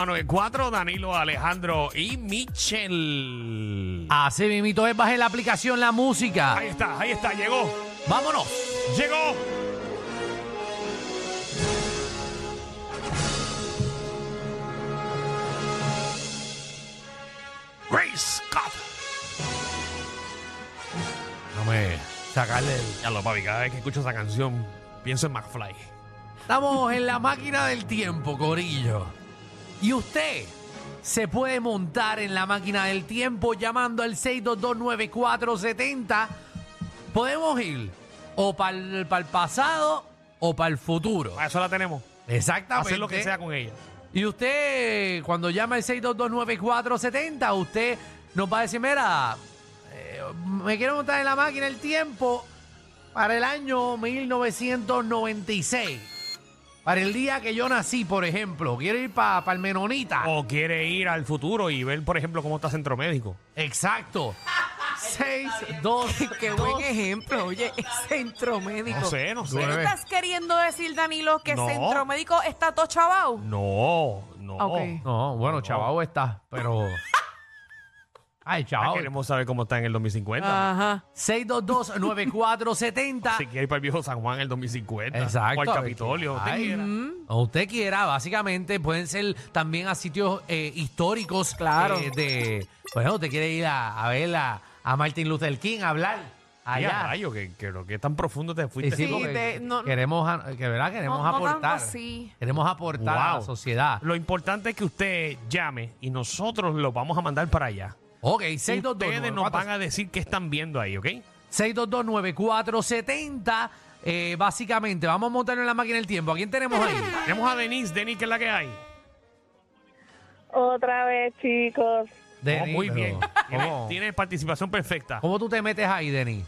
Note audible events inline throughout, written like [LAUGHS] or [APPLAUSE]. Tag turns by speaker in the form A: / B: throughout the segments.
A: Mano de cuatro, Danilo, Alejandro y Michel.
B: Así mismito es, baje la aplicación La Música.
A: Ahí está, ahí está, llegó,
B: Vámonos.
A: llegó. Ray Scott.
B: No me sacarle el-
A: Ya lo papi, cada vez que escucho esa canción, pienso en McFly.
B: Estamos en la máquina del tiempo, Corillo. Y usted se puede montar en la máquina del tiempo llamando al 6229470. Podemos ir o para el, pasado o para el futuro.
A: Para eso la tenemos.
B: Exactamente.
A: Hacer lo que sea con ella.
B: Y usted, cuando llama al 6229470, usted nos va a decir, mira, eh, me quiero montar en la máquina el tiempo para el año 1996. Para el día que yo nací, por ejemplo. Quiero ir para el Menonita.
A: O quiere ir al futuro y ver, por ejemplo, cómo está Centro Médico.
B: [LAUGHS] Exacto. [LAUGHS] 622.
C: [LAUGHS] Qué buen ejemplo, oye, [LAUGHS] es centro médico.
A: No sé, no sé.
C: ¿Tú estás queriendo decir, Danilo, que
A: No.
C: centro médico está todo chavao?
A: No, no.
C: Ah, ok.
B: No, bueno, chavao está, [LAUGHS] pero... Ay,
A: Ya
B: chavao.
A: Queremos saber cómo está en el 2050.
C: Ajá.
B: 6229470.
A: Si quiere ir para el viejo San Juan en el 2050.
B: Exacto.
A: O al Capitolio. usted
B: Ay,
A: quiera.
B: O usted quiera, básicamente pueden ser también a sitios eh, históricos.
C: Claro.
B: eh, de, bueno, usted quiere ir a, a ver a, a Martin Luther King a hablar
A: Ay, a
B: allá.
A: rayo, que, que, lo que tan profundo te
B: Y
A: fuiste.
B: sí,
C: Sí,
B: porque
C: te- no-
B: queremos, a- que, ¿verdad? queremos
C: No- no tanto
B: aportar.
C: así.
B: Queremos aportar a la
A: Wow.
B: sociedad.
A: Ah. Lo importante es que usted llame y nosotros lo vamos a mandar para allá.
B: Ok,
A: Ustedes nos van
B: 6229470.
A: a decir qué están viendo ahí, ¿ok?
B: 6229470. Eh, básicamente, vamos a montarnos en la máquina del tiempo. ¿A quién tenemos ahí?
A: Tenemos a Denise. Denise, ¿qué es la que hay?
D: Otra vez, chicos.
A: Oh,
B: Denis,
A: muy
B: pero
A: bien. Tiene,
B: ¿Cómo,
A: tiene participación perfecta.
B: cómo tú te metes ahí, Denis?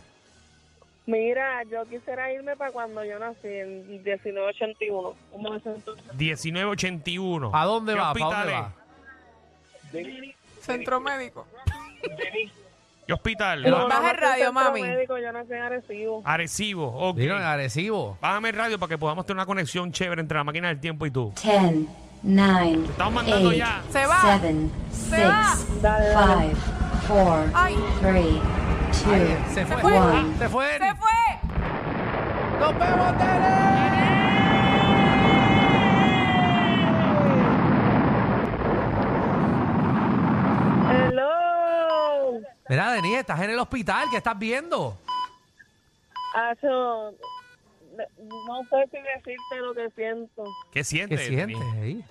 D: Mira, yo quisiera irme para cuando yo nací, en 1981.
A: 1981.
B: ¿A dónde
A: ¿Qué
B: va? ¿Para
A: hospital
B: dónde
A: es?
B: va?
C: Centro médico.
A: ¿Qué hospital?
B: El-
A: Ah,
C: Baja el radio, mami.
D: Médico, yo nací en Arecibo.
A: Arecibo. ok.
B: Digo, en Arecibo.
A: Bájame el radio para que podamos tener una conexión chévere entre la máquina del tiempo y tú.
E: 10, 9,
A: Estamos mandando
E: eight,
A: ya.
C: Se va.
E: 7, 6,
C: va.
E: 5, 4,
C: Ay.
E: 3,
B: Ahí,
E: 2,
B: se fue.
C: fue.
B: Ah, Se fue.
C: ¡Se fue!
B: ¡Nos vemos, Tere!
D: Hello.
B: Mira, Denis, estás en el hospital. ¿Qué estás viendo?
D: Acho, no sé si decirte lo que siento.
A: ¿Qué sientes?
B: ¿Qué sientes?
A: Denise?
B: ahí?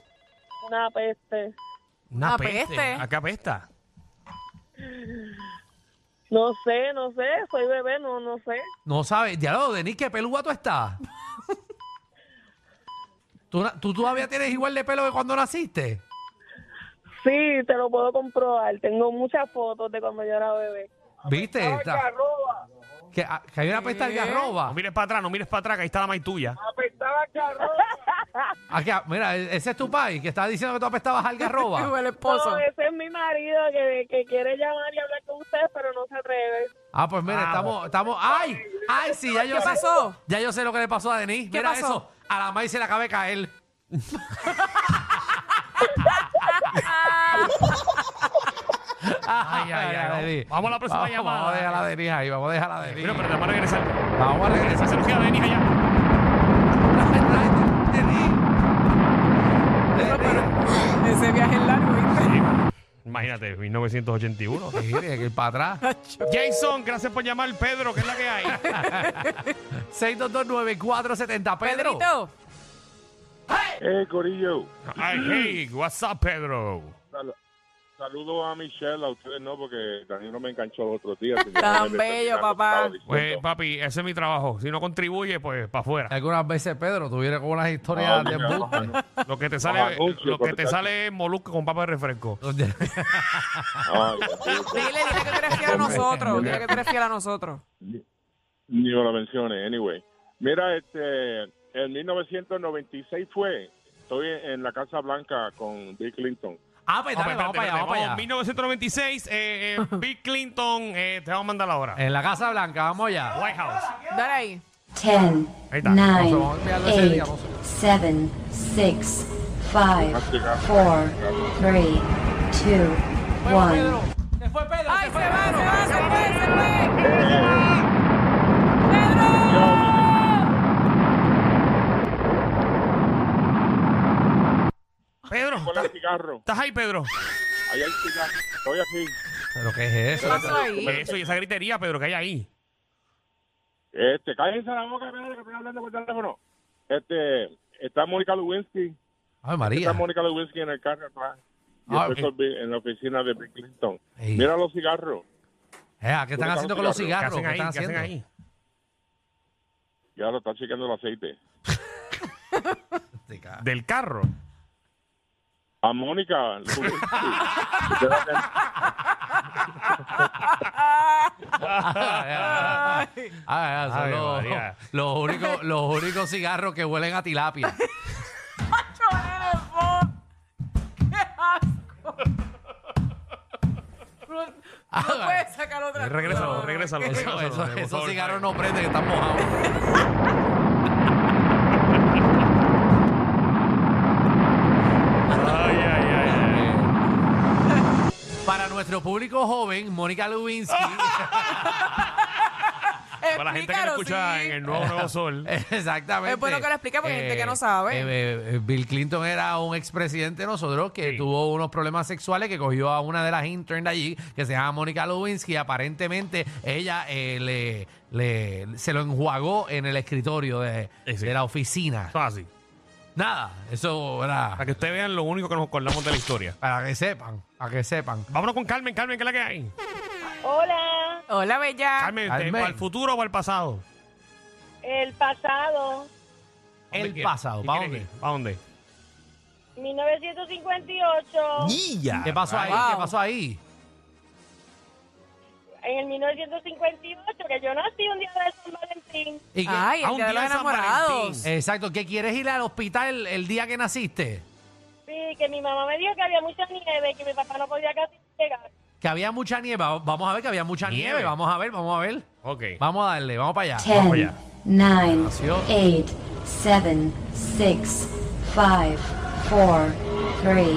D: Una peste.
A: Una
C: Ah,
A: peste.
C: peste.
A: ¿A qué apesta?
D: No sé, no sé. Soy bebé, no, no sé.
B: No sabes. Diálogo, Denis, ¿qué pelúa tú estás? ¿Tú, na- ¿Tú todavía tienes igual de pelo que cuando naciste?
D: Sí, te lo puedo comprobar. Tengo muchas fotos de cuando yo era bebé.
B: ¿Viste? Está-
D: Carroba.
B: que, ah, que hay una pesta de
A: No
B: arroba.
A: mires para atrás, no mires para atrás, que ahí está la maíz tuya.
D: Ah, Apestaba carroba.
B: Ah, que- Mira, ese es tu país que estaba diciendo que tú apestabas al
C: Fue
B: arroba.
C: el esposo.
D: No, ese es mi marido que, que quiere llamar y hablar con ustedes, pero no se atreve.
B: Ah, pues mira,
A: Ah,
B: estamos, estamos. ¡Ay! ¡Ay, sí! Ya yo
C: ¿Qué
B: sé.
C: pasó?
B: Ya yo sé lo que le pasó a Denis.
C: ¿Qué
B: Mira
C: pasó?
B: eso. A la maíz se le acaba de caer.
C: Ah,
A: Ay, ay, ay,
B: Denis.
A: vamos a la próxima llamada.
B: Vamos a dejar a Denis ahí, vamos a dejar a Denis.
A: Bueno, pero te vamos a regresar.
B: Vamos a
A: Esa
B: regresar.
A: se nos queda Denis allá.
B: Denis. Denis.
C: ese viaje es largo, ¿viste?
A: Imagínate, 1981.
B: Sí, tiene que ir para atrás.
A: Jason, gracias por llamar, Pedro, que es la que hay.
B: 6229470. Pedro.
C: Pedrito.
F: Eh, Corillo,
A: Ay, hey, what's up, Pedro?
F: sal- saludos saludo a Michelle, a ustedes no, porque Danilo me enganchó los
C: [LAUGHS]
F: otros días.
C: Tan bello, papá.
A: Pues, papi, ese es mi trabajo. Si no contribuye, pues para afuera.
B: Algunas veces Pedro tuviera como unas historias
F: Ah,
B: de
F: mira,
B: embuste.
A: Lo que te
F: Los
A: sale,
F: anuncios, pues,
A: lo que te
F: correcto.
A: sale es molusco con papa de refresco.
B: Donde-
F: "Ah,
C: Dile, dile que tú eres fiel a nosotros. Dile que tú eres fiel a nosotros.
F: Ni me lo menciones, anyway. Mira, este, en 1996 fue, estoy en la Casa Blanca con Bill Clinton.
B: Ah, pues dale, vamos para allá, vamos
A: Oh,
B: para allá.
A: 1996, eh, eh, Bill Clinton, eh, te vamos a mandar ahora.
B: En la Casa Blanca, vamos allá.
A: White House.
C: Dale ahí.
E: 10,
A: Ahí está.
E: 9,
B: Vamos a enviarlo ese
E: 8,
B: día, vamos
E: 7, 6, 5, 4, 3, 2, 1.
B: Se fue Pedro.
C: ¡Ay, se va, se va, se fue, se fue!
A: Pedro,
F: ¿Cuál es
A: ¿estás-
F: el cigarro?
A: ¿estás ahí, Pedro?
F: Ahí hay cigarro. Estoy aquí.
B: ¿Pero qué es
C: ¿Qué
B: eso?
C: pasó ahí?
A: Eh, Eso y esa gritería, Pedro, que hay ahí.
F: Este, cállense la boca, espérate, que estoy hablando por teléfono. Este, está Mónica Lewinsky.
B: Ay,
F: Está
B: María.
F: Mónica Lewinsky en el carro atrás. Y
B: Ah,
F: después
B: eh.
F: con Bill- en la oficina de Bill Clinton.
B: Ey.
F: Mira los cigarros.
B: Eh, ¿Qué están haciendo con los
A: ¿Qué
B: cigarros?
A: hacen
B: ¿Qué
A: ahí?
B: están
A: ¿Qué hacen ahí?
B: haciendo?
F: Ya lo está chequeando el aceite.
A: Del carro.
F: A
B: [LAUGHS]
F: Mónica Lewinsky.
B: Ah, ya, ya, ya. Ah, ya, son
A: Ay,
B: los-
A: María. [LAUGHS]
B: los únicos- los únicos cigarros que huelen a tilapia.
C: ¡Macho, nene, po! ¡Qué
A: [LAUGHS]
C: asco! No, no puedes sacar otra
A: Eh, Regrésalo,
C: cosa.
A: regrésalo.
C: ¿Qué?
B: Eso- eso-
A: por
B: esos
A: favor,
B: cigarros
A: Mario.
B: no prenden, que están mojados.
A: Ay, ay, ay.
B: [LAUGHS]
A: ay.
B: Para nuestro público joven, Mónica Lewinsky
A: Para la gente que lo
C: Explícalo,
A: escucha
C: sí.
A: en el Nuevo
B: [LAUGHS]
A: Nuevo Sol.
B: Exactamente.
C: Es bueno que lo explique porque hay gente que no sabe.
B: eh, eh, Bill Clinton era un expresidente de nosotros que
A: Sí.
B: tuvo unos problemas sexuales que cogió a una de las interns de allí que se llama Mónica Lewinsky. Aparentemente ella eh, le, le- se lo enjuagó en el escritorio de,
A: Sí, sí.
B: de la oficina.
A: Eso es así.
B: Nada, eso
A: Para
B: era
A: que ustedes vean lo único que nos acordamos de la historia.
B: para que sepan, para que sepan.
A: Vámonos con Carmen, Carmen, ¿qué es la que hay?
D: Hola,
C: Hola, Bella.
A: Carmen, ¿te-
B: Carmen.
A: ¿para el futuro o para el pasado?
D: el pasado,
B: El
A: ¿Dónde
B: pasado,
A: quieres?
B: ¿pa'
A: ¿Qué
B: dónde?
A: quieres ir? ¿Para dónde?
D: 1958.
A: ¡Guilla!
B: ¿Qué pasó ahí?
C: Wow.
B: ¿Qué pasó ahí?
D: En el 1958, que yo nací un día de San Valentín.
B: ¿Y qué-
C: Ay,
A: Ah,
C: el
A: un
C: día de
A: día de
C: los
A: San
C: enamorados.
A: Valentín.
B: Exacto, ¿qué quieres ir al hospital el, el día que naciste?
D: Sí, que mi mamá me dijo que había mucha nieve y que mi papá no podía casi llegar.
B: Que había mucha nieve, va- vamos a ver que había mucha nieve,
A: Nieve.
B: vamos a ver, vamos a ver.
A: Ok.
B: Vamos a darle, vamos para allá.
E: 10, 9,
B: Nació.
E: 8, 7, 6, 5, 4, 3, 2,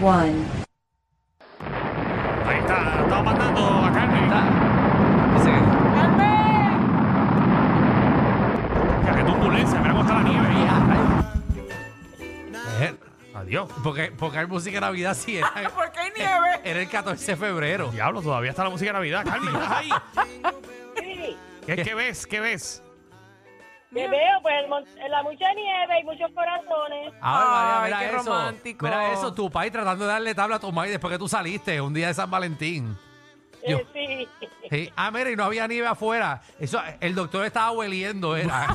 E: 1.
A: Ahí está, lo estamos mandando a Carmen.
B: Está. Dice que-
C: ¡Carmen!
A: Ya, ¡Qué turbulencia! Mira cómo está la nieve.
B: Eh,
A: Adiós.
B: Porque, porque hay música de Navidad sí era,
C: [LAUGHS] ¿Por qué hay nieve?
B: era el 14 de febrero.
A: Diablo, todavía está la música de Navidad. Carmen, ¿estás ahí?
D: Sí,
A: ¿Qué, qué ves? ¿Qué ves?
D: me veo pues el mon- la mucha nieve y muchos corazones.
B: Ah,
C: Ay,
B: María, mira
C: qué
B: eso.
C: romántico.
B: Mira eso, tu país tratando de darle tabla a tu maíz después que tú saliste un día de San Valentín.
D: Eh,
B: Yo-
D: sí.
B: Sí. Ah, mira, y no había nieve afuera. Eso, el doctor estaba hueliendo,
C: [LAUGHS]
B: era.